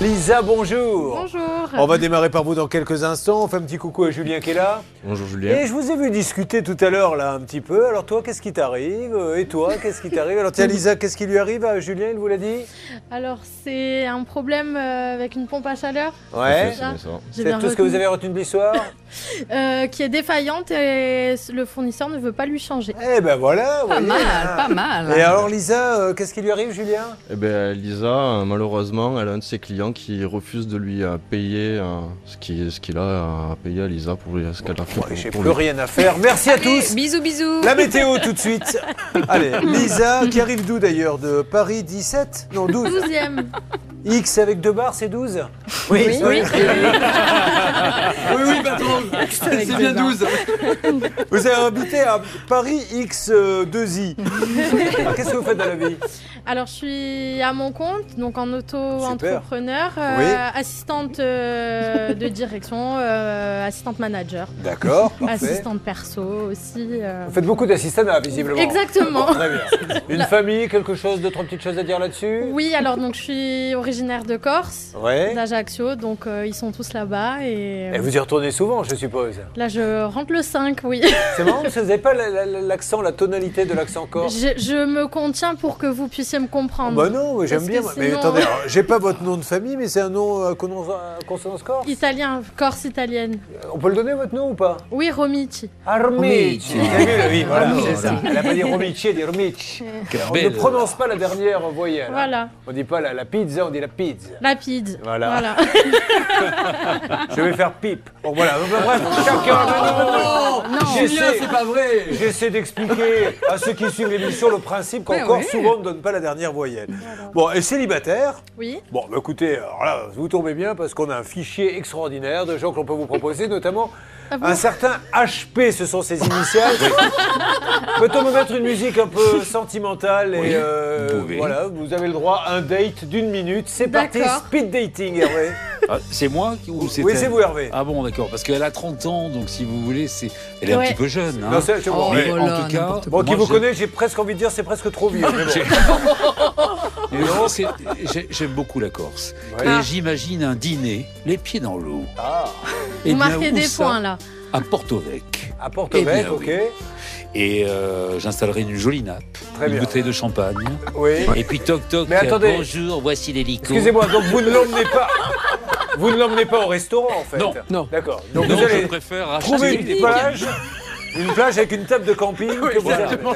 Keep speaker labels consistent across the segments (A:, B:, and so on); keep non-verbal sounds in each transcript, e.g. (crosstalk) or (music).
A: Lisa, bonjour.
B: Bonjour.
A: On va démarrer par vous dans quelques instants. On fait un petit coucou à Julien qui est là.
C: Bonjour Julien.
A: Et je vous ai vu discuter tout à l'heure là un petit peu. Alors toi, qu'est-ce qui t'arrive Euh, Et toi, qu'est-ce qui t'arrive Alors tiens, Lisa, qu'est-ce qui lui arrive à Julien Il vous l'a dit
B: Alors, c'est un problème euh, avec une pompe à chaleur
C: Ok,
A: Ouais.
C: c'est bien ça.
B: j'ai
A: C'est
B: bien
A: tout ce que vous
B: retenu,
A: avez retenu de
D: (laughs)
A: l'histoire
B: euh, qui est défaillante et le fournisseur ne veut pas lui changer.
A: Eh ben voilà, vous
D: Pas
A: voyez. hein.
D: mal, pas mal.
A: Et alors Lisa, euh, qu'est-ce qui lui arrive Julien
C: Eh ben, Lisa, euh, malheureusement, elle a un de ses clients qui refuse de lui euh, payer euh, ce qu'il ce qu'il a à payer à Lisa pour lui- ce qu'elle a fait. pour-
A: Ouais, bah, J'ai
C: pour
A: plus
C: lui.
A: rien à faire. Merci à tous.
D: Bisous, bisous.
A: La météo tout de
D: (laughs)
A: suite. Allez, Lisa, qui arrive d'où d'ailleurs De Paris 17 Non, 12.
B: 12e.
A: (laughs) X avec deux barres, c'est 12
D: Oui.
A: oui.
E: Oui, oui, patron, c'est bien 12.
A: Vous avez habité à Paris
B: (laughs)
A: X2I. Qu'est-ce que vous faites dans la vie
B: Alors, je suis à mon compte, donc en auto-entrepreneur, euh,
A: Oui.
B: assistante euh, de direction, euh, assistante manager,
A: D'accord,
B: assistante perso aussi. euh.
A: Vous faites beaucoup d'assistanat, visiblement. (laughs)
B: Exactement.
A: Très
B: (laughs)
A: bien. Une famille, quelque chose, deux, trois petites choses à dire là-dessus
B: Oui, alors donc je suis originaire de Corse,
A: Ouais.
B: d'Ajaccio, donc euh, ils sont tous là-bas et,
A: Et vous y retournez souvent, je suppose.
B: là je rentre le 5, oui.
A: C'est marrant parce que vous n'avez pas la- la- la- l'accent, la tonalité de l'accent corse.
B: Je, je me contiens pour que vous puissiez me comprendre.
A: Bah non, mais j'aime
B: Parce
A: bien.
B: que
A: Mais
B: sinon-
A: attendez, alors, j'ai pas votre nom de famille, mais c'est un nom euh, à connon- à consonance corse.
B: Italien, Corse italienne.
A: On peut le donner votre nom ou pas
B: Oui, Romici.
A: Armici. Oui, voilà,
C: Armici.
A: c'est ça. Elle a pas dit Romici, elle dit Romici. On ne
C: belle.
A: prononce pas la dernière voyelle. hein.
B: Voilà,
A: On dit pas la, la pizza, on dit la pizza.
B: lapide.
A: Voilà.
B: voilà.
E: Ah.
A: Je vais faire pipe. Bon
E: (laughs)
A: voilà, Enfin, bref, chacun.
E: Oh, Julien, c'est pas vrai.
A: J'essaie d'expliquer à ceux qui suivent l'émission le principe
D: Mais
A: qu'encore
D: ouais.
A: souvent on ne donne pas la dernière voyelle. Bon, et célibataire
B: Oui.
A: Bon, bah écoutez, alors là, vous tombez bien parce qu'on a un fichier extraordinaire de gens qu'on peut vous proposer, notamment
B: Ah bon
A: un certain HP, ce sont ses initiales. Peut-on me mettre une musique un peu sentimentale et euh,
F: vous pouvez.
A: voilà, vous avez le droit à un date d'une minute. C'est parti,
B: D'accord.
A: speed dating, Hervé.
F: Ah, c'est moi qui- ou c'est
A: oui,
F: elle
A: c'est vous, Hervé.
F: Ah bon, d'accord, parce qu'elle a 30 ans, donc si vous voulez, c'est elle est
B: Ouais.
F: un petit peu jeune. Hein.
A: Non, c'est- c'est bon.
D: Oh,
F: Mais
D: voilà,
F: en tout cas,
D: n'importe
A: Bon, qui
F: moi,
A: vous
F: j'ai-
A: connaît, j'ai presque envie de dire, c'est presque trop vieux. mais bon.
F: (laughs) j'ai- Mais c'est- j'ai- J'aime beaucoup la Corse.
A: Ouais.
F: Et j'imagine un dîner, les pieds dans l'eau. Et
A: Ah,
B: Ah. vous
F: Eh bien,
B: marquez
F: où
B: des
F: ça
B: points là.
F: À Porto-Vec.
A: à
F: Eh
A: Porto-Vec,
F: bien,
A: ok.
F: Et euh, j'installerai une jolie nappe,
A: Très
F: une
A: bien.
F: bouteille de champagne.
A: Oui.
F: Et puis toc toc,
A: Mais attendez.
F: bonjour, voici l'hélico.
A: Excusez-moi, donc vous ne l'emmenez pas. Vous ne l'emmenez pas au restaurant, en fait.
F: Non,
E: non.
A: D'accord.
F: Non,
A: Donc vous
F: je
A: allez
F: préfère
A: trouver
F: acheter
A: une plage, une plage avec une table de camping. que vous avez. D'accord.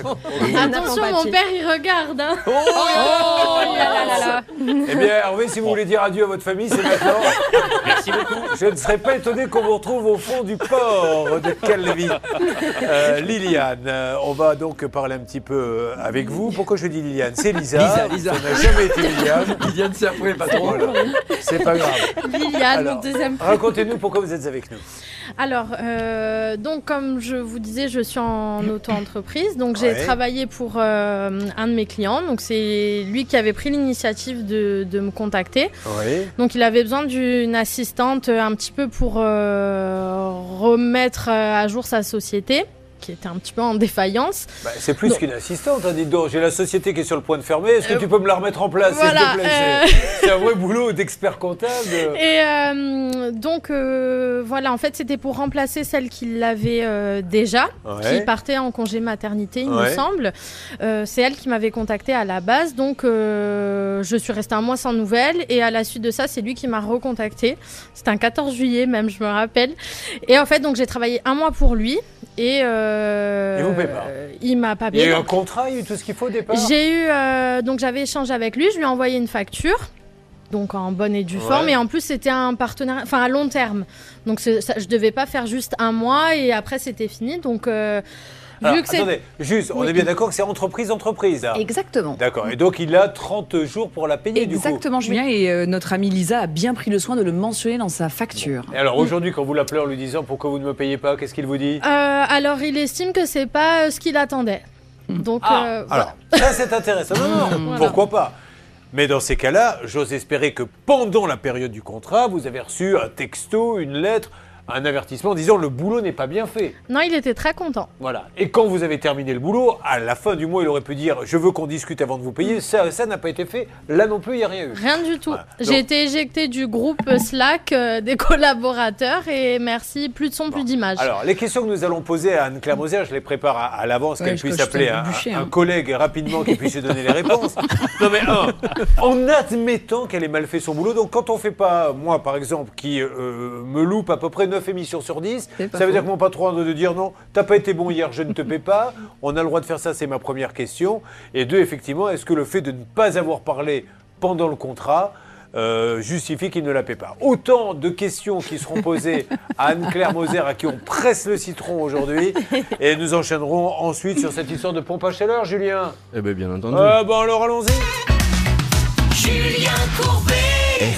B: Attention, mon père il regarde. hein. Oh là là là là.
A: Eh bien, Hervé, si vous voulez dire adieu à votre famille, c'est maintenant. Merci beaucoup. Je ne serais pas étonné qu'on vous retrouve au fond du port de Calvi. Euh, Liliane, euh, on va donc parler un petit peu euh, avec vous. Pourquoi je dis Liliane C'est Lisa.
E: Lisa, Lisa.
A: Ah, Ça n'a jamais été Liliane.
E: Liliane, c'est après, patron.
A: C'est pas grave.
B: (laughs) Liliane,
A: Alors.
B: mon deuxième
A: Racontez-nous pourquoi vous êtes avec nous.
B: Alors, euh, donc comme je vous disais, je suis en auto-entreprise. Donc j'ai
A: Ouais.
B: travaillé pour euh, un de mes clients. Donc c'est lui qui avait pris l'initiative de, de me contacter.
A: Oui.
B: Donc il avait besoin d'une assistante euh, un petit peu pour euh, remettre euh, à jour sa société qui était un petit peu en défaillance.
A: Bah, c'est plus qu'une assistante, hein, dis donc. J'ai la société qui est sur le point de fermer. Est-ce que
B: Euh,
A: tu peux me la remettre en place, s'il
B: voilà, euh.
A: te plaît C'est- C'est un vrai boulot d'expert comptable.
B: (laughs) Et euh, donc euh, voilà, en fait c'était pour remplacer celle qui l'avait euh, déjà. qui partait en congé maternité, il me
A: Ouais.
B: semble. Euh, c'est elle qui m'avait contacté à la base, donc euh, je suis restée un mois sans nouvelles. Et à la suite de ça, c'est lui qui m'a recontacté. C'était un 14 juillet même, je me rappelle. Et en fait, donc j'ai travaillé un mois pour lui et euh,
A: Il vous paie pas.
B: euh, il m'a pas
A: Il y a eu
B: payé.
A: un contrat, il y a eu tout ce qu'il faut au départ.
B: J'ai eu euh, donc j'avais échangé avec lui, je lui ai envoyé une facture. Donc en bonne et due
A: Ouais.
B: forme et en plus c'était un partenariat enfin à long terme. Donc c'est- ça, je devais pas faire juste un mois et après c'était fini donc euh,
A: Alors,
B: vu que c'est
A: attendez, juste, on
B: Oui.
A: est bien d'accord que c'est entreprise-entreprise, là.
D: Exactement.
A: D'accord. Et donc, il a 30 jours pour la payer, du
D: Exactement, Julien. Et euh, notre amie Lisa a bien pris le soin de le mentionner dans sa facture.
A: coup. Et alors, aujourd'hui, quand vous l'appelez en lui disant pourquoi vous ne me payez pas, qu'est-ce qu'il vous dit
B: Euh, alors, il estime que c'est pas euh, ce qu'il attendait. Donc,
D: Ah,
B: euh, voilà.
A: Ah, Alors, ça c'est intéressant. Non, non, non,
B: Voilà.
A: pourquoi pas mais dans ces cas-là, j'ose espérer que pendant la période du contrat, vous avez reçu un texto, une lettre, un avertissement en disant le boulot n'est pas bien fait.
B: Non, il était très content.
A: Voilà. Et quand vous avez terminé le boulot, à la fin du mois, il aurait pu dire je veux qu'on discute avant de vous payer. Ça, ça n'a pas été fait. Là non plus, il n'y a rien eu.
B: Rien du tout.
A: Voilà.
B: J'ai
A: Donc-
B: été éjectée du groupe Slack euh, des collaborateurs et merci, plus de son, plus d'image.
A: Alors, les questions que nous allons poser à Anne-Claire Moser, je les prépare à, à l'avance,
D: Ouais,
A: qu'elle
D: je
A: puisse
D: coche
A: appeler
D: tellement
A: un,
D: de bûcher,
A: un
D: hein.
A: collègue rapidement qui puisse lui donner les réponses. Non, mais
F: oh.
A: un, en admettant qu'elle ait mal fait son boulot, donc quand on fait pas, moi par exemple, qui euh, me loupe à peu près 9 émissions sur 10, ça
D: C'est
A: veut
D: pas
A: dire
D: faux.
A: que mon patron a le droit de dire non, t'as pas été bon hier, je ne te paie pas. On a le droit de faire ça, c'est ma première question. Et deux, effectivement, est-ce que le fait de ne pas avoir parlé pendant le contrat euh, justifie qu'il ne la paie pas. Autant de questions qui seront posées à Anne-Claire Moser, à qui on presse le citron aujourd'hui. Et nous enchaînerons ensuite sur cette histoire de pompe à chaleur, Julien.
C: Eh bien, bien entendu.
A: Euh, bon, alors allons-y.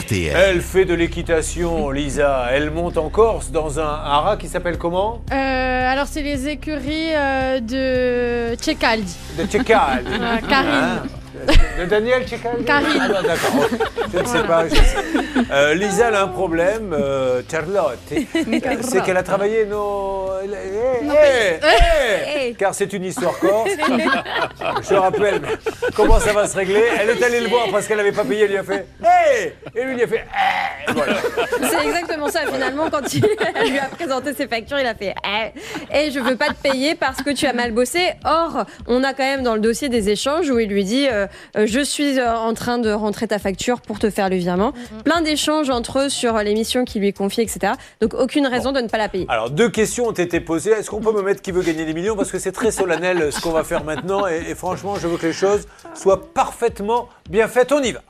G: RTL.
A: Elle fait de l'équitation, Lisa. Elle monte en Corse dans un haras qui s'appelle comment
B: Euh, alors, c'est les écuries euh, de Tchecaldi.
A: De Tchekal.
B: Euh, Karine.
A: Ah. De Daniel Tchekal
B: Karine.
A: Ah non, (laughs) d'accord. Je ne sais pas. je sais. Euh, Lisa, elle a un problème. euh, Charlotte. Euh, C'est qu'elle a travaillé, non elle- eh, eh, (laughs) eh, Car c'est une histoire (laughs) corse. Je rappelle comment ça va se régler. Elle est allée le voir parce qu'elle n'avait pas payé. Elle lui a fait Hé Et lui, il a fait Eh Voilà.
H: C'est exactement ça. Finalement, quand il (laughs) elle lui a présenté ses factures, il a fait Eh, Et je veux pas te payer parce que tu as mal bossé. Or, on a quand même dans le dossier des échanges où il lui dit euh, euh, Je suis euh, en train de rentrer ta facture pour te faire le virement. Plein d'échanges entre eux sur les missions qu'il lui confie, etc. Donc, aucune raison de ne pas la payer.
A: Alors, deux questions ont été posées. Est-ce qu'on peut me mettre qui veut gagner des millions Parce que c'est très solennel ce qu'on va faire maintenant. Et, et franchement, je veux que les choses soient parfaitement bien faites. On y va.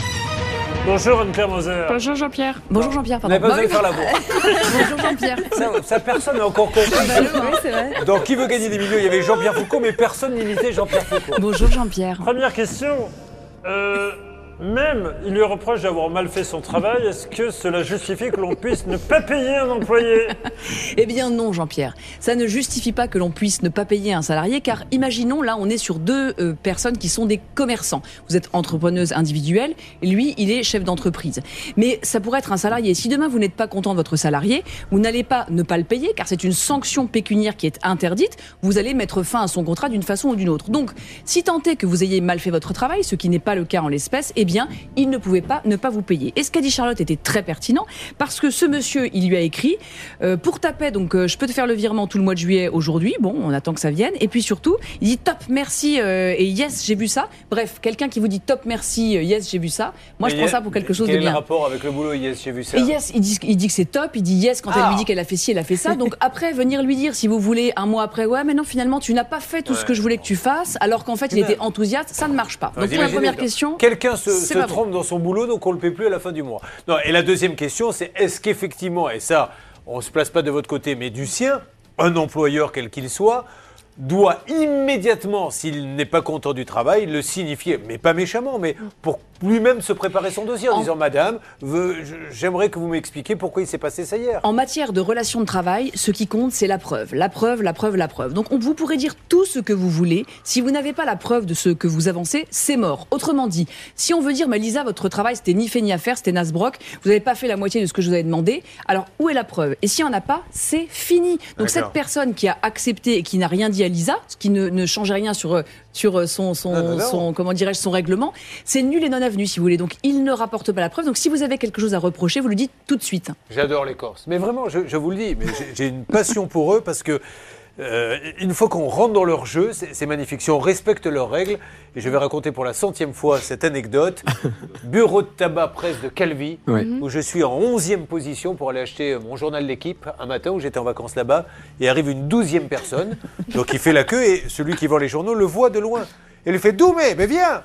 A: Bonjour Anne-Claire Moser.
E: Bonjour Jean-Pierre.
D: Bonjour Jean-Pierre,
A: On n'avait
D: pardon.
A: pas besoin de faire la voix.
D: (laughs) Bonjour Jean-Pierre. Ah bah
A: Ça, ça, personne n'a encore compris.
H: c'est vrai.
A: Dans Qui veut gagner des millions, il y avait Jean-Pierre Foucault, mais personne n'imitait Jean-Pierre Foucault.
D: Bonjour Jean-Pierre.
I: Première question. Euh, même il lui reproche d'avoir mal fait son travail. Est-ce que cela justifie que l'on puisse ne pas payer un employé
D: Eh bien non Jean-Pierre, ça ne justifie pas que l'on puisse ne pas payer un salarié car imaginons là on est sur deux euh, personnes qui sont des commerçants. Vous êtes entrepreneuse individuelle, et lui il est chef d'entreprise. Mais ça pourrait être un salarié. Si demain vous n'êtes pas content de votre salarié, vous n'allez pas ne pas le payer car c'est une sanction pécuniaire qui est interdite, vous allez mettre fin à son contrat d'une façon ou d'une autre. Donc si tant est que vous ayez mal fait votre travail, ce qui n'est pas le cas en l'espèce, eh bien il ne pouvait pas ne pas vous payer. Et ce qu'a dit Charlotte était très pertinent parce que ce monsieur il lui a écrit euh, pour ta paix, donc euh, je peux te faire le virement tout le mois de juillet aujourd'hui. Bon, on attend que ça vienne. Et puis surtout, il dit top, merci euh, et yes, j'ai vu ça. Bref, quelqu'un qui vous dit top, merci, euh, yes, j'ai vu ça. Moi, je
A: Mais il
D: prends
A: y a-
D: ça pour quelque chose
A: quel
D: de
A: est le
D: bien.
A: rapport avec le boulot Yes, j'ai vu ça.
D: Et yes, il dit, il dit que c'est top, il dit yes quand
A: Ah.
D: elle lui dit qu'elle a fait ci, elle a fait ça.
A: (laughs)
D: Donc après, venir lui dire, si vous voulez, un mois après, ouais, mais non, finalement, tu n'as pas fait tout ce
A: Ouais.
D: que je voulais que tu fasses, alors qu'en fait, il était enthousiaste, ça ne marche pas.
A: Vous
D: Donc pour la
A: imaginez,
D: première
A: donc,
D: question,
A: Quelqu'un se, se
D: c'est pas bon.
A: trompe dans son boulot, donc on ne le paie plus à la fin du mois. Non, et la deuxième question, c'est est-ce qu'effectivement, et ça, on ne se place pas de votre côté, mais du sien, un employeur quel qu'il soit, doit immédiatement, s'il n'est pas content du travail, le signifier, mais pas méchamment, mais pour lui-même se préparer son dossier en,
D: En-
A: disant Madame, veux- je- j'aimerais que vous m'expliquiez pourquoi il s'est passé ça hier.
D: En matière de relations de travail, ce qui compte, c'est la preuve. La preuve, la preuve, la preuve. Donc, on vous pourrez dire tout ce que vous voulez. Si vous n'avez pas la preuve de ce que vous avancez, c'est mort. Autrement dit, si on veut dire, mais Lisa, votre travail, c'était ni fait ni à faire, c'était Nasbrock, vous n'avez pas fait la moitié de ce que je vous avais demandé, alors où est la preuve Et s'il n'y en a pas, c'est fini.
A: D'accord.
D: Donc, cette personne qui a accepté et qui n'a rien dit à Lisa, ce qui ne, ne change rien sur, euh, sur euh, son, son,
A: Non, non, non.
D: son- comment dirais-je, son règlement, c'est nul et non avenu, si vous voulez. Donc, il ne rapporte pas la preuve. Donc, si vous avez quelque chose à reprocher, vous le dites tout de suite.
A: J'adore les Corses. Mais vraiment, je, je vous le dis, mais j'ai- j'ai une passion pour eux parce que euh, une fois qu'on rentre dans leur jeu, c'est c'est magnifique. Si on respecte leurs règles, et je vais raconter pour la centième fois cette anecdote, bureau de tabac presse de Calvi, où je suis en 11e position pour aller acheter euh, mon journal d'équipe un matin où j'étais en vacances là-bas, et arrive une 12e personne, donc il fait la queue, et celui qui vend les journaux le voit de loin. Et lui fait Doumé, mais viens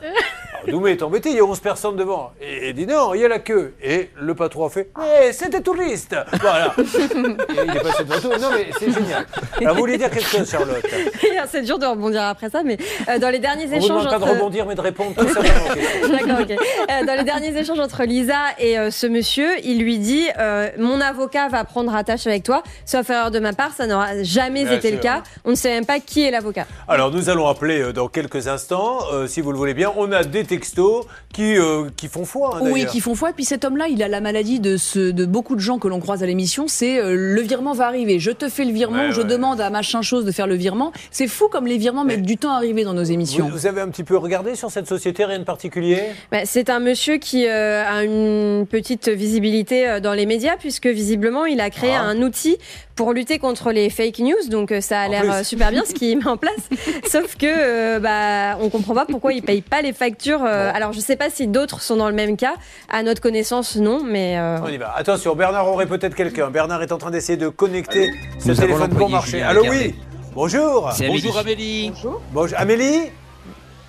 A: alors, Doumé est embêté, il y a 11 personnes devant. Et il dit non, il y a la queue. Et le patron a fait Eh, c'est des touristes Voilà. Et il est passé devant tout. Non, mais c'est génial. Alors, vous voulez dire quelque chose, Charlotte
H: (laughs) c'est dur de rebondir après ça, mais euh, dans les derniers
A: On vous
H: échanges.
A: demande pas de
H: entre-
A: rebondir, mais de répondre tout simplement. aux questions.
H: (laughs) D'accord, ok. Euh, dans les derniers échanges entre Lisa et euh, ce monsieur, il lui dit euh, Mon avocat va prendre attache avec toi, sauf erreur de ma part, ça n'aura jamais
A: Ouais,
H: été
A: c'est
H: le cas. On ne sait même pas qui est l'avocat.
A: Alors, nous allons appeler euh, dans quelques l'instant, euh, si vous le voulez bien, on a des textos qui, euh, qui font foi. hein,
D: Oui,
A: d'ailleurs.
D: qui font foi. Et puis cet homme-là, il a la maladie de, ce, de beaucoup de gens que l'on croise à l'émission. C'est euh, le virement va arriver. Je te fais le virement.
A: Ouais,
D: je
A: ouais.
D: demande à machin chose de faire le virement. C'est fou comme les virements mettent du temps à arriver dans nos
A: Vous,
D: émissions.
A: vous avez un petit peu regardé sur cette société, rien de particulier
H: Bah, c'est un monsieur qui euh, a une petite visibilité euh, dans les médias puisque visiblement il a créé
A: Ah.
H: un outil pour lutter contre les fake news donc euh, ça a
A: En
H: l'air
A: plus.
H: euh, super bien ce qu'il (laughs) met en place sauf que euh, bah on comprend pas pourquoi il paye pas les factures euh, alors je sais pas si d'autres sont dans le même cas à notre connaissance non mais euh,
A: On y va. Attention, Bernard aurait peut-être quelqu'un. Bernard est en train d'essayer de connecter ce
J: Nous avons
A: téléphone pour
J: l'employé
A: marcher.
J: Julien
A: Allô,
J: Leclerc.
A: oui Bonjour
J: C'est Amélie. Bonjour,
A: Amélie Bonjour Amélie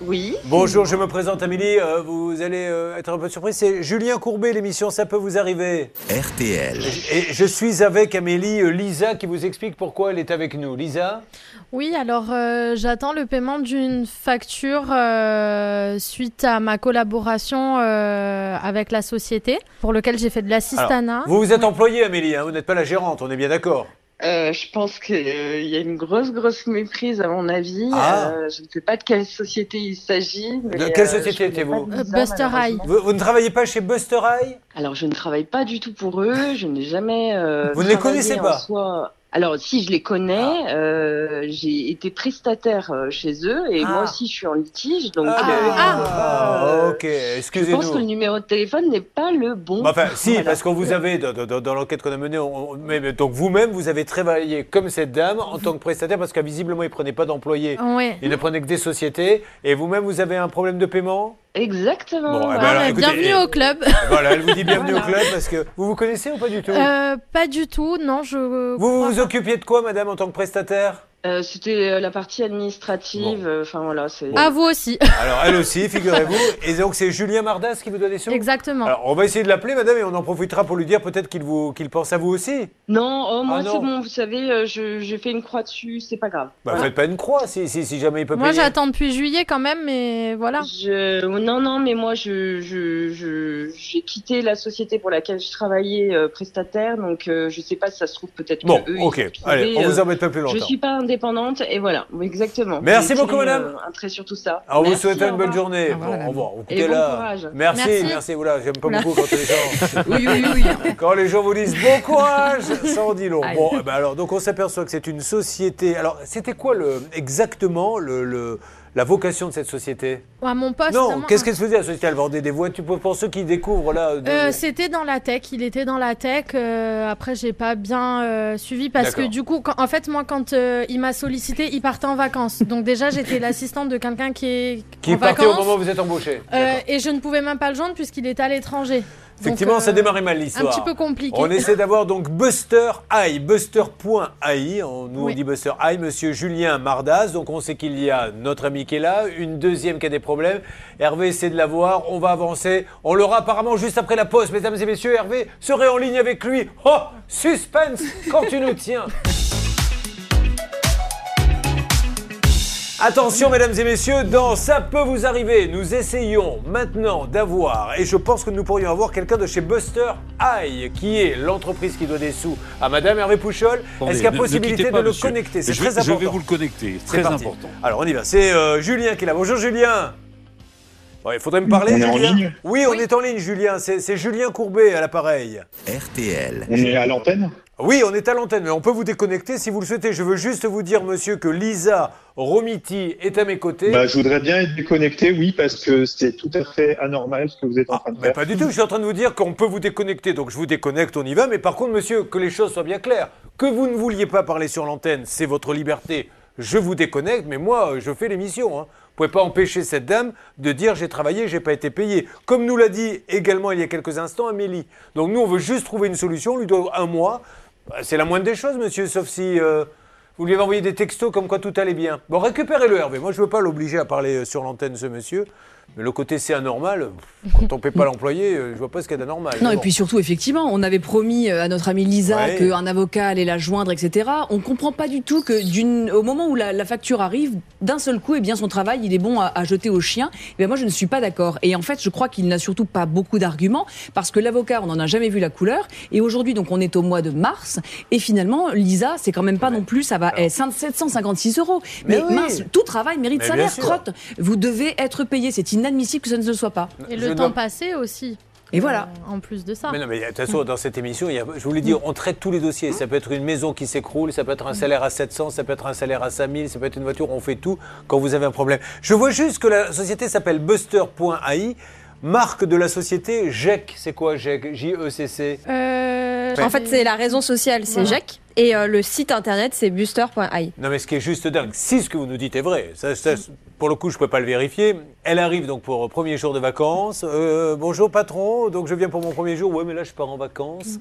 K: Oui.
A: Bonjour, je me présente Amélie. Euh, vous allez euh, être un peu surpris. C'est Julien Courbet, l'émission Ça peut vous arriver.
G: RTL.
A: Et je suis avec Amélie euh, Lisa qui vous explique pourquoi elle est avec nous. Lisa
B: Oui, alors euh, j'attends le paiement d'une facture euh, suite à ma collaboration euh, avec la société pour lequel j'ai fait de l'assistanat.
A: Alors, Vous vous êtes employée, Amélie, hein, vous n'êtes pas la gérante, on est bien d'accord.
K: Euh, je pense qu'il y a une grosse, grosse méprise à mon avis.
A: Ah.
K: Euh, je ne sais pas de quelle société il s'agit. mais,
A: De quelle
K: euh, je
A: société
K: connais
A: étiez-vous
K: pas de visa, malheureusement.
A: Vous, vous ne travaillez pas chez Buster High
K: Alors, je ne travaille pas du tout pour eux. Je n'ai jamais. euh,
A: Vous ne les
K: travaillé
A: connaissez
K: en
A: pas Ah.
K: soi. Alors, si je les connais, euh, j'ai été prestataire euh, chez eux et moi aussi je suis en litige. Donc, euh,
A: Ah, ok,
K: je pense que le
A: Ah, excusez-nous.
K: numéro de téléphone n'est pas le bon.
A: Bah, Enfin, si,
K: Voilà.
A: parce qu'on vous avez, dans, dans- dans l'enquête qu'on a menée, on- on- mais- mais donc vous-même, vous avez travaillé comme cette dame en tant que prestataire, parce qu'invisiblement, il ne prenait pas d'employés,
B: Ouais.
A: il ne prenait que des sociétés, et vous-même, vous avez un problème de paiement
K: Exactement.
A: Bon, eh ben
B: Ah,
A: alors,
B: bah,
A: écoutez,
B: bienvenue
A: eh,
B: au club.
A: Voilà, elle vous dit bienvenue au club, parce que vous vous connaissez ou pas du tout
B: Euh, pas du tout, non, je.
A: Vous vous occupiez de quoi, madame, en tant que prestataire
K: Euh, C'était euh, la partie administrative. euh, Enfin voilà, c'est.
B: À Ah, vous aussi.
A: Alors, elle aussi, figurez-vous. Et donc, c'est Julien Mardas qui vous donne des sous
B: Exactement.
A: Alors, on va essayer de l'appeler, madame, et on en profitera pour lui dire peut-être qu'il vous- qu'il pense à vous aussi.
K: Non, oh, moi
A: Ah,
K: c'est
A: non.
K: bon, vous savez, euh, je- j'ai fait une croix dessus, c'est pas grave.
A: Bah, faites pas une croix si, si, si jamais il peut
B: Moi,
A: payer.
B: j'attends depuis juillet quand même, mais voilà.
K: Je- oh, Non, non, mais moi je je- je- j'ai quitté la société pour laquelle je travaillais euh, prestataire, donc euh, je sais pas si ça se trouve peut-être.
A: Bon,
K: que eux, ils
A: ok.
K: ont trouvé,
A: Allez, on vous
K: euh,
A: embête pas plus
K: Je
A: longtemps.
K: suis pas indépendante et voilà, oui, exactement.
A: Merci
K: J'ai
A: beaucoup,
K: tiré,
A: madame.
K: euh, un trait sur tout ça.
A: Alors, on vous
K: Merci,
A: souhaite
K: au
A: une bonne
K: revoir. Ah,
A: journée. bon, au revoir. Écoutez,
K: Et bon
A: là.
K: courage.
A: Merci,
K: Merci.
A: merci. Oula, j'aime pas
K: Oula.
A: beaucoup quand les gens.
D: Oui, oui,
A: Quand les gens vous disent bon courage, ça en dit long. Bon, eh ben alors, donc on s'aperçoit que c'est une société. Alors, c'était quoi le, exactement le, le- la vocation de cette société
B: À mon poste. à
A: Non,
B: moi-
A: qu'est-ce qu'elle faisait la société Elle vendait des voitures pour, pour ceux qui découvrent là. de-
B: Euh, C'était dans la tech, il était dans la tech. euh, après, j'ai pas bien euh, suivi parce que
A: D'accord.
B: du coup, quand- en fait, moi, quand euh, il m'a sollicité, il partait en vacances. Donc déjà, j'étais l'assistante de quelqu'un qui est
A: qui
B: en
A: partait au
B: vacances.
A: moment où vous êtes embauché.
B: euh, et je ne pouvais même pas le joindre puisqu'il était à l'étranger. Donc,
A: Effectivement, ça
B: euh,
A: démarrait mal
B: Un
A: l'histoire.
B: petit peu compliqué.
A: On essaie d'avoir donc Buster AI, Buster.ai, on nous
B: Oui.
A: dit Buster AI, monsieur Julien Mardas. Donc on sait qu'il y a notre ami qui est là, une deuxième qui a des problèmes. Hervé essaie de l'avoir, on va avancer. On l'aura apparemment juste après la pause, mesdames et messieurs. Hervé serait en ligne avec lui. Oh, suspense quand tu nous tiens. Attention, mesdames et messieurs, dans Ça peut vous arriver, nous essayons maintenant d'avoir, et je pense que nous pourrions avoir quelqu'un de chez Buster Eye, qui est l'entreprise qui doit des sous à Madame Hervé Pouchol. Est-ce
F: Attendez,
A: qu'il y a
F: ne- ne
A: possibilité
F: quittez pas,
A: de le
F: monsieur.
A: connecter C'est
F: Je
A: très
F: vais-
A: important.
F: Je vais vous le connecter, c'est
A: C'est
F: très
A: parti.
F: important.
A: Alors on y va, c'est euh, Julien qui est là. Bonjour Julien Bon, Il faudrait me parler,
L: On est en
A: Julien.
L: ligne
A: oui, on est en ligne, Julien. C'est c'est Julien Courbet à l'appareil.
G: RTL.
L: On est à l'antenne
A: Oui, on est à l'antenne, mais on peut vous déconnecter si vous le souhaitez. Je veux juste vous dire, monsieur, que Lisa Romiti est à mes côtés.
L: bah, Je voudrais bien être déconnecté, oui, parce que c'est tout à fait anormal ce que vous êtes en train de
A: Ah, Mais
L: faire.
A: pas du tout, je suis en train de vous dire qu'on peut vous déconnecter, donc je vous déconnecte, on y va. Mais par contre, monsieur, que les choses soient bien claires. Que vous ne vouliez pas parler sur l'antenne, c'est votre liberté. Je vous déconnecte, mais moi, euh, je fais l'émission. Hein. Vous pouvez pas empêcher cette dame de dire j'ai travaillé, j'ai pas été payé. Comme nous l'a dit également il y a quelques instants Amélie. Donc nous, on veut juste trouver une solution, on lui doit un mois. Bah, C'est la moindre des choses, monsieur, sauf si euh, vous lui avez envoyé des textos comme quoi tout allait bien. Bon, récupérez-le, Hervé. Moi, je veux pas l'obliger à parler euh, sur l'antenne, ce monsieur. Mais le côté c'est anormal, pff, quand on ne paie pas l'employé, euh, je vois pas ce qu'il y a d'anormal.
D: Non,
A: Mais
D: et
A: bon.
D: puis surtout, effectivement, on avait promis euh, à notre amie Lisa
A: Ouais.
D: qu'un avocat allait la joindre, etc. On comprend pas du tout que, d'une, au moment où la, la facture arrive, d'un seul coup, eh bien, son travail, il est bon à, à jeter au chien. Eh bien, moi, je ne suis pas d'accord. Et en fait, je crois qu'il n'a surtout pas beaucoup d'arguments parce que l'avocat, on n'en a jamais vu la couleur. Et aujourd'hui, donc, on est au mois de mars. Et finalement, Lisa, c'est quand même pas non plus, ça va, eh, 5 756 euros.
A: Mais
D: Mais,
A: oui.
D: mince, tout travail mérite
A: Mais bien
D: salaire.
A: sûr.
D: Crotte, vous devez être payé. C'est inadmissible que ça ne le soit pas.
B: Et le
A: Je
B: temps
A: dois-
B: passé aussi.
D: Et voilà.
B: Euh, En plus de ça.
A: Mais non, mais de toute façon, dans cette émission, il y a- je vous l'ai dit, on traite tous les dossiers. Ça peut être une maison qui s'écroule, ça peut être un salaire à 700, ça peut être un salaire à 5000, ça peut être une voiture, on fait tout quand vous avez un problème. Je vois juste que la société s'appelle Buster.ai. Marque de la société, E GEC. C'est quoi GEC J-E-C-C Ouais.
B: Euh,
H: En fait, c'est la raison sociale, c'est
A: Voilà.
H: Jacques. Et euh, le site internet, c'est buster.ai.
A: Non, mais ce qui est juste dingue, si ce que vous nous dites est vrai, ça, ça, pour le coup, je ne peux pas le vérifier. Elle arrive donc pour euh, premier jour de vacances. Euh, bonjour, patron. Donc, je viens pour mon premier jour. Ouais, mais là, je pars en vacances.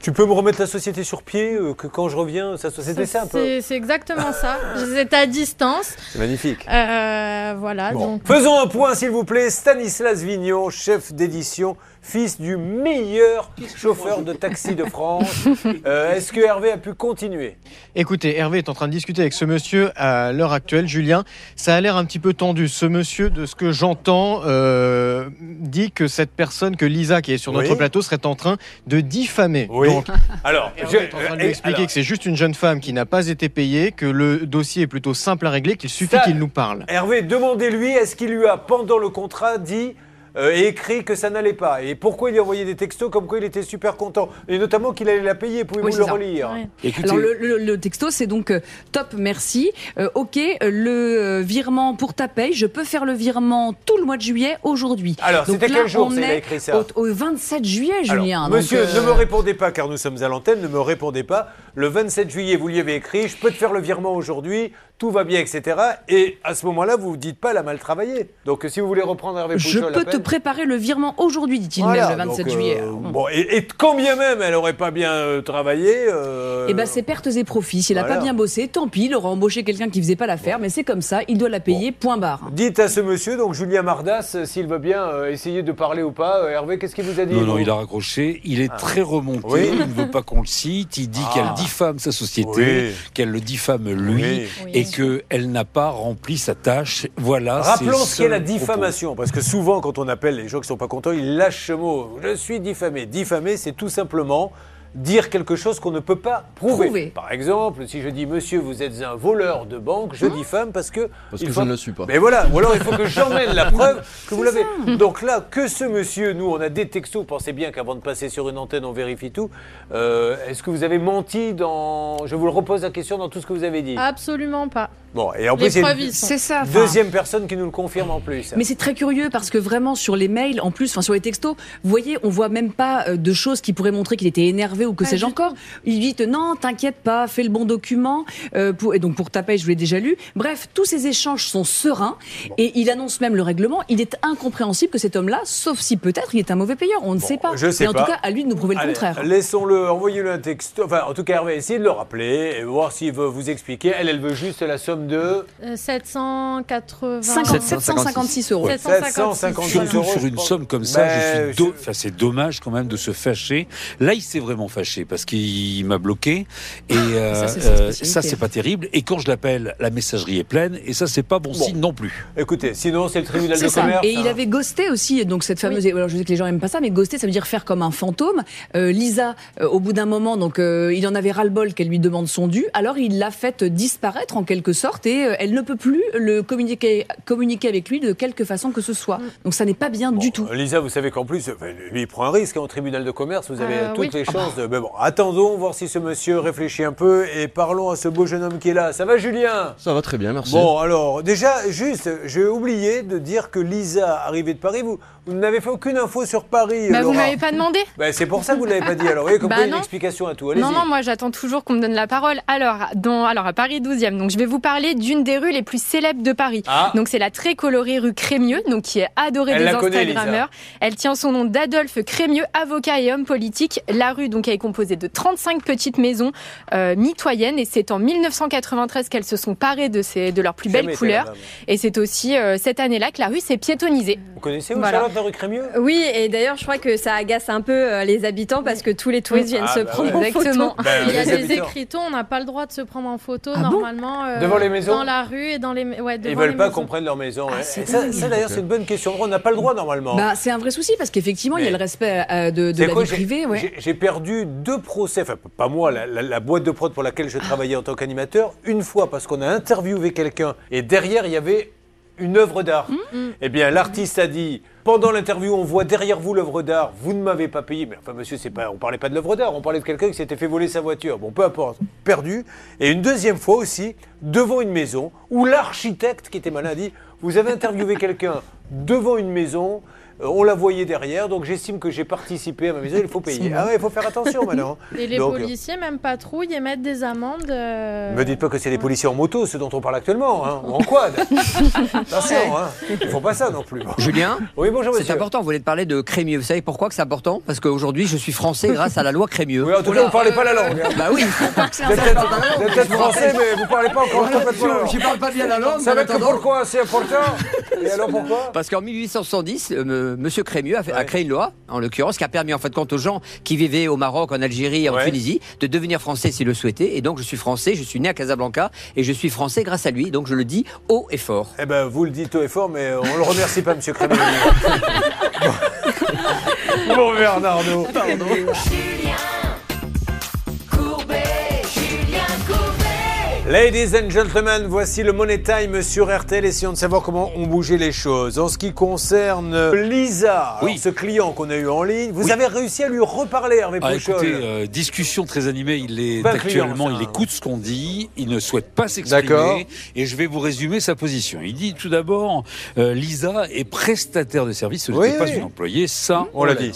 A: Tu peux me remettre la société sur pied euh, que quand je reviens, ça, c'était ça un peu.
B: C'est c'est exactement ça. C'est à distance.
A: C'est magnifique.
B: Euh, voilà.
A: Bon.
B: Donc,
A: Faisons un point, s'il vous plaît. Stanislas Vignon, chef d'édition, fils du meilleur chauffeur de taxi de France. Euh, Est-ce que Hervé a pu continuer
J: Écoutez, Hervé est en train de discuter avec ce monsieur à l'heure actuelle, Julien. Ça a l'air un petit peu tendu. Ce monsieur, de ce que j'entends, euh, dit que cette personne, que Lisa, qui est sur notre
A: Oui.
J: plateau, serait en train de diffamer. Donc,
A: Alors,
J: Hervé
A: je-
J: est en train de
A: euh,
J: lui expliquer
A: alors,
J: que c'est juste une jeune femme qui n'a pas été payée, que le dossier est plutôt simple à régler, qu'il suffit
A: Ça-
J: qu'il nous parle.
A: Hervé, demandez-lui, est-ce qu'il lui a, pendant le contrat, dit euh, et écrit que ça n'allait pas Et pourquoi il lui a envoyé des textos comme quoi il était super content Et notamment qu'il allait la payer, pouvez-vous
D: Oui, c'est
A: le
D: ça.
A: relire
D: Ouais. Alors le, le- le texto, c'est donc euh, top, merci. Euh, ok, euh, le euh, virement pour ta paye, je peux faire le virement tout le mois de juillet aujourd'hui.
A: Alors,
D: Donc
A: c'était
D: là,
A: quel jour
D: on
A: qu'il a
D: est
A: écrit ça
D: au, au 27 juillet,
A: Alors,
D: Julien. donc,
A: monsieur,
D: euh,
A: ne me répondez pas car nous sommes à l'antenne, ne me répondez pas. Le 27 juillet, vous lui avez écrit, je peux te faire le virement aujourd'hui, tout va bien, etc. Et à ce moment-là, vous ne dites pas, elle a mal travaillé. Donc si vous voulez reprendre Hervé
D: Je
A: Pouchol,
D: peux
A: appelle-
D: te préparer le virement aujourd'hui, dit-il
A: Voilà,
D: même le 27
A: donc, euh,
D: juillet.
A: Bon, et, et quand bien même elle n'aurait pas bien euh, travaillé. euh,
D: Eh ben, c'est pertes et profits. S'il n'a
A: voilà.
D: pas bien bossé, tant pis, il aura embauché quelqu'un qui faisait pas l'affaire, mais c'est comme ça, il doit la payer, point barre.
A: Dites à ce monsieur, donc Julien Mardas, euh, s'il veut bien euh, essayer de parler ou pas. Euh, Hervé, qu'est-ce qu'il vous a dit
F: Non, non,
A: vous
F: il a raccroché. Il est
A: Ah.
F: très remonté.
A: Oui.
F: Il ne veut pas qu'on le cite. Il dit
A: Ah.
F: qu'elle diffame sa société,
A: Oui.
F: qu'elle le diffame lui
A: Oui.
F: et qu'elle n'a pas rempli sa tâche. Voilà. ses
A: Rappelons ce qu'est la
F: seuls
A: diffamation, parce que souvent, quand on appelle les gens qui sont pas contents, ils lâchent ce mot. Je suis diffamé. Diffamé, c'est tout simplement dire quelque chose qu'on ne peut pas prouver.
D: Prouver.
A: Par exemple, si je dis Monsieur, vous êtes un voleur de banque,
D: Hein
A: je diffame parce que
C: Parce
A: il
C: que
A: faut-
C: je ne le suis pas.
A: Mais voilà, ou alors il faut
F: (laughs)
A: que j'emmène la preuve que vous l'avez. Donc là, que ce monsieur, nous, on a des textos, pensez bien qu'avant de passer sur une antenne, on vérifie tout. Euh, Est-ce que vous avez menti dans. Je vous le repose la question dans tout ce que vous avez dit.
D: Ah.
B: absolument pas.
A: Bon, et en
B: Les
A: plus, il y a
B: preuves,
A: une
B: ils sont- C'est
D: ça, enfin.
A: Deuxième personne qui nous le confirme en plus.
D: Mais c'est très curieux parce que vraiment sur les mails, en plus, enfin sur les textos, vous voyez, on voit même pas euh, de choses qui pourraient montrer qu'il était énervé ou que
A: Ah,
D: sais-je encore. Il dit non, t'inquiète pas, fais le bon document. euh, pour- Et donc pour ta paye, je l'ai déjà lu. Bref, tous ces échanges sont sereins et il annonce même le règlement. Il est incompréhensible que cet homme-là, sauf si peut-être il est un mauvais payeur, on ne sait pas.
A: je sais
D: Mais en
A: pas.
D: tout cas, à lui de nous prouver
A: Allez,
D: le contraire.
A: Laissons-le, envoyez-le un texto. Enfin, en tout cas, Hervé, essayez de le rappeler et voir s'il veut vous expliquer. Elle, elle veut juste la somme de.
B: Euh, 780.
D: 756 euros.
F: Ouais.
B: 756.
F: Surtout
B: euros,
F: sur
B: je
F: une
B: pense.
F: somme comme ça,
A: Ben,
F: je suis do- enfin, c'est dommage quand même de se fâcher. Là, il s'est vraiment fâché parce qu'il m'a bloqué et euh,
A: Ah, Ça, c'est sa
F: euh,
A: spécialité.
F: ça, c'est pas terrible. Et quand je l'appelle, la messagerie est pleine et ça, c'est pas bon, signe non plus.
A: Écoutez, sinon, c'est le hein. tribunal
D: C'est ça. Et il avait ghosté aussi, donc cette fameuse. Alors je sais que les gens aiment pas ça, mais ghoster, ça veut dire faire comme un fantôme. Euh, Lisa, euh, au bout d'un moment, donc euh, il en avait ras-le-bol qu'elle lui demande son dû. Alors il l'a faite disparaître en quelque sorte, et euh, elle ne peut plus le communiquer, communiquer avec lui de quelque façon que ce soit. Donc ça n'est pas bien du tout.
A: Mm. Euh, Lisa, vous savez qu'en plus, enfin, lui, il prend un risque hein, au tribunal de commerce. Vous avez
D: Euh,
A: toutes les
D: oui.
A: chances. de- Mais bon, attendons, voir si ce monsieur réfléchit un peu et parlons à ce beau jeune homme qui est là. Ça va, Julien
C: Ça va très bien, merci.
A: Bon, alors, déjà, juste, j'ai oublié de dire que Lisa, arrivée de Paris, vous, vous n'avez fait aucune info sur Paris.
M: Bah, vous
A: Laura.
M: m'avez pas demandé
A: Bah, c'est pour ça que vous ne l'avez pas dit. Alors, vous voyez, comme
M: Bah,
A: quoi, il y a une
M: non.
A: explication à tout. Allez-y.
M: Non, non, moi j'attends toujours qu'on me donne la parole. Alors, dans, alors à Paris 12e, donc je vais vous parler d'une des rues les plus célèbres de Paris.
A: Ah.
M: Donc c'est la très colorée rue Crémieux, donc qui est adorée
N: Elle
M: des
N: la connaît,
M: Instagrammeurs. Elle tient son nom d'Adolphe Crémieux, avocat et homme politique. La rue donc donc est composée de 35 petites maisons euh, mitoyennes et c'est en 1993 qu'elles se sont parées de, ces, de leurs plus
A: Jamais été
M: belles
A: là,
M: couleurs.
A: madame.
M: Et c'est aussi euh, cette année-là que la rue s'est piétonnisée.
A: Vous connaissez où
M: Voilà.
A: Charlotte la rue Crémieux
H: Oui, et d'ailleurs, je crois que ça agace un peu euh, les habitants parce que tous les touristes viennent
A: Ah,
H: se
A: bah
H: prendre
A: ouais.
H: en photo.
A: Exactement. Bah,
B: Il y a
A: les
B: des
A: habitants.
B: écriteaux, on n'a pas le droit de se prendre en photo
M: Ah
B: normalement. euh,
A: Devant les maisons
B: Dans la rue et dans les. ma- Ouais, devant
A: Ils veulent
B: les
A: pas
B: maisons.
A: qu'on prenne leur maison. hein.
D: c'est
A: Et ça,
D: dingue.
A: ça, d'ailleurs, c'est une bonne question. On n'a pas le droit normalement.
D: Bah, c'est un vrai souci parce qu'effectivement, il y a le respect euh, de, de
A: C'est
D: la
A: quoi,
D: vie
A: j'ai-
D: privée. ouais.
A: j'ai- J'ai perdu deux procès, enfin p- pas moi, la, la- la boîte de prod pour laquelle je travaillais en tant qu'animateur, une fois parce qu'on a interviewé quelqu'un et derrière il y avait une œuvre d'art.
D: Hum,
A: Eh bien l'artiste a dit, pendant l'interview on voit derrière vous l'œuvre d'art, vous ne m'avez pas payé, mais enfin monsieur, c'est pas, on parlait pas de l'œuvre d'art, on parlait de quelqu'un qui s'était fait voler sa voiture, bon peu importe, perdu. Et une deuxième fois aussi, devant une maison, où l'architecte qui était malin a dit, vous avez interviewé quelqu'un devant une maison, euh, On la voyait derrière, donc j'estime que j'ai participé à ma maison, il faut payer. Ah ouais, il faut faire
N: (laughs)
A: attention maintenant.
B: Et les
A: Donc, euh,
B: policiers même patrouillent et mettent des amendes.
A: Ne
B: euh,
A: me dites pas que c'est les policiers en moto, ceux dont on parle actuellement, hein, ou en quad.
N: (laughs)
A: Attention, hein. ils font pas ça non plus.
N: Julien
A: Oui, bonjour
N: C'est important, vous voulez te parler de Crémieux. Vous savez pourquoi que c'est important Parce qu'aujourd'hui, je suis français grâce à la loi Crémieux.
A: Oui, en tout cas, vous parlez pas la langue. hein.
N: Bah oui,
A: Vous êtes peut-être vous êtes peut-être français, mais vous parlez pas encore
N: Voilà,
A: complètement la
N: je-
A: langue.
N: je parle pas bien la langue,
A: Vous savez
N: mais en
A: que
N: attendant-
A: pourquoi c'est important Et alors pourquoi
N: Parce qu'en 1870, euh, me- Monsieur Crémieux a, fait- a créé une loi, en l'occurrence, qui a permis en fait compte aux gens qui vivaient au Maroc, en Algérie, en Tunisie, de devenir français s'ils le souhaitaient. Et donc, je suis français, je suis né à Casablanca et je suis français grâce à lui. Donc, je le dis haut et fort.
A: Eh ben, vous le dites haut et fort, mais on le remercie pas, Monsieur Crémieux. Bon, Bernardo. Ladies and gentlemen, voici le Money Time sur RTL, essayons de savoir comment ont bougé les choses. En ce qui concerne Lisa, alors ce client qu'on a eu en ligne, vous avez réussi à lui reparler, Hervé
F: Ah,
A: Pouchol.
F: écoutez, euh, discussion très animée. Il est
A: Pas
F: actuellement,
A: client, ça. hein.
F: il écoute ce qu'on dit, il ne souhaite pas
A: D'accord.
F: s'exprimer. Et je vais vous résumer sa position. Il dit tout d'abord, euh, Lisa est prestataire de services, je
A: Oui,
F: n'étais pas
A: oui.
F: une employée. Ça,
A: On l'a dit.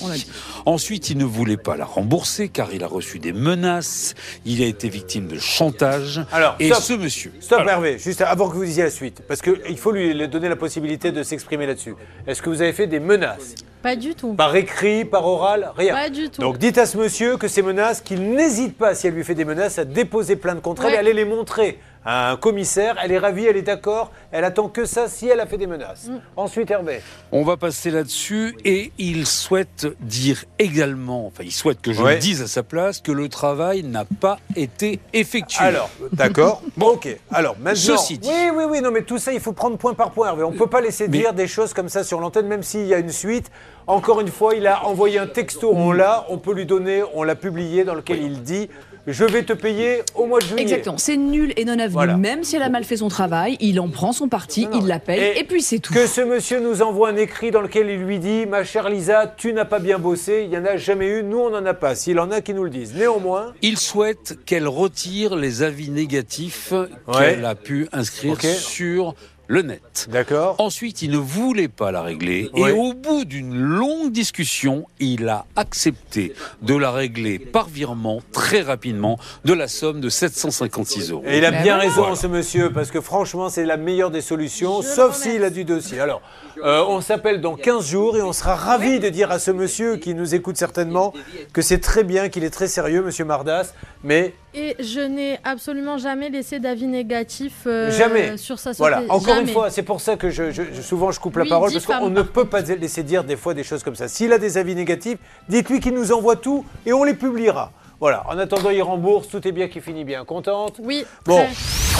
F: Ensuite, il ne voulait pas la rembourser car il a reçu des menaces. Il a été victime de chantage.
A: Alors,
F: et
A: stop.
F: ce monsieur.
A: Stop
F: Alors,
A: Hervé, juste avant que vous disiez la suite, parce qu'il faut lui donner la possibilité de s'exprimer là-dessus. Est-ce que vous avez fait des menaces
B: Pas du tout.
A: Par écrit, par oral, rien
B: Pas du tout.
A: Donc dites à ce monsieur que ces menaces, qu'il n'hésite pas, si elle lui fait des menaces, à déposer plainte contre elle
B: Ouais.
A: et aller les montrer à un commissaire. Elle est ravie, elle est d'accord, elle attend que ça si elle a fait des menaces.
B: Mm.
A: Ensuite Hervé.
F: On va passer là-dessus et il souhaite dire également, enfin il souhaite que je
A: Ouais.
F: le dise à sa place, que le travail n'a pas été effectué.
A: Alors,
F: (laughs)
A: d'accord. Bon, ok. Alors, Maintenant-
F: Ceci dit.
A: Oui, oui, oui, non, mais tout ça, il faut prendre point par point, Hervé. On ne peut pas laisser dire des choses comme ça sur l'antenne, même s'il y a une suite. Encore une fois, il a envoyé un texto, on l'a, on peut lui donner, on l'a publié, dans lequel il dit Je vais te payer au mois de juillet.
D: Exactement, c'est nul et non avenu.
A: Voilà.
D: Même si elle a mal fait son travail, il en prend son parti, il l'appelle et, puis c'est tout.
A: Que ce monsieur nous envoie un écrit dans lequel il lui dit Ma chère Lisa, tu n'as pas bien bossé, il n'y en a jamais eu, nous on n'en a pas. S'il en a qui nous le disent. Néanmoins.
F: Il souhaite qu'elle retire les avis négatifs qu'elle a pu inscrire
A: Ok.
F: sur le net.
A: D'accord.
F: Ensuite, il ne voulait pas la régler
A: Oui.
F: et au bout d'une longue discussion, il a accepté de la régler par virement très rapidement de la somme de 756 euros.
A: Et il a bien raison,
F: Voilà.
A: ce monsieur, parce que franchement, c'est la meilleure des solutions, sauf s'il a du dossier. Alors, euh, on s'appelle dans 15 jours et on sera ravis de dire à ce monsieur qui nous écoute certainement que c'est très bien, qu'il est très sérieux, monsieur Mardas, mais
B: Et je n'ai absolument jamais laissé d'avis négatif euh,
A: jamais.
B: sur sa santé.
A: Voilà, encore
B: Jamais.
A: une fois, c'est pour ça que je, je- je- souvent je coupe
B: Oui,
A: la parole,
B: dis
A: parce qu'on
B: femme,
A: ne peut pas laisser dire des fois des choses comme ça. S'il a des avis négatifs, dites-lui qu'il nous envoie tout et on les publiera. Voilà, en attendant, il rembourse, tout est bien qui finit bien. Contente
B: Oui.
A: Bon.
B: très.